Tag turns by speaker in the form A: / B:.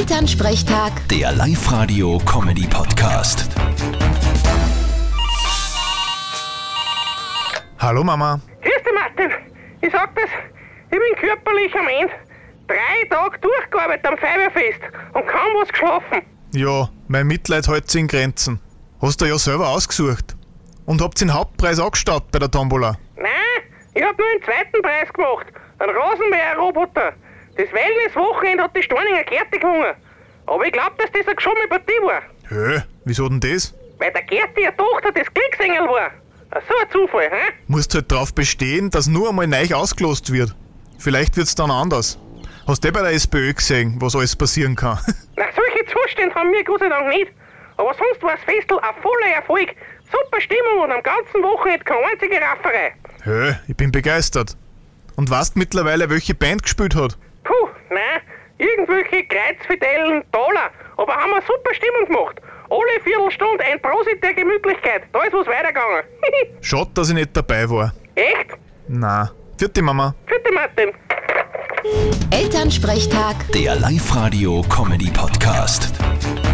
A: Elternsprechtag,
B: Der Live-Radio-Comedy-Podcast.
C: Hallo Mama.
D: Grüß dich, Martin. Ich sag das, ich bin körperlich am Ende. Drei Tage durchgearbeitet am Feuerwehrfest und kaum was geschlafen.
C: Ja, mein Mitleid hält sich in Grenzen. Hast du ja selber ausgesucht. Und habt den Hauptpreis angestaut bei der Tombola.
D: Nein, ich hab nur einen zweiten Preis gemacht. Einen Rasenmäher-Roboter. Das Wellness-Wochenende hat die Steininger Gerte gewonnen. Aber ich glaub, dass das eine geschummte Partie war.
C: Hö, wieso denn das?
D: Weil der Gerte ihre Tochter des Glücksengel war. So ein Zufall, hä?
C: Musst halt drauf bestehen, dass nur einmal neu ausgelost wird. Vielleicht wird's dann anders. Hast du eh bei der SPÖ gesehen, was alles passieren kann?
D: Na, solche Zustände haben wir Gott sei Dank nicht. Aber sonst war das Festel ein voller Erfolg. Super Stimmung und am ganzen Wochenende keine einzige Rafferei.
C: Hö, ich bin begeistert. Und weißt mittlerweile, welche Band gespielt hat?
D: Puh, nein, irgendwelche Kreuzfidelen Dollar. Aber haben wir super Stimmung gemacht. Alle Viertelstunde ein Prosit der Gemütlichkeit. Da ist was weitergegangen.
C: Schade, dass ich nicht dabei war.
D: Echt?
C: Na, vierte Mama.
D: Vierte Martin.
A: Elternsprechtag.
B: Der Live-Radio-Comedy-Podcast.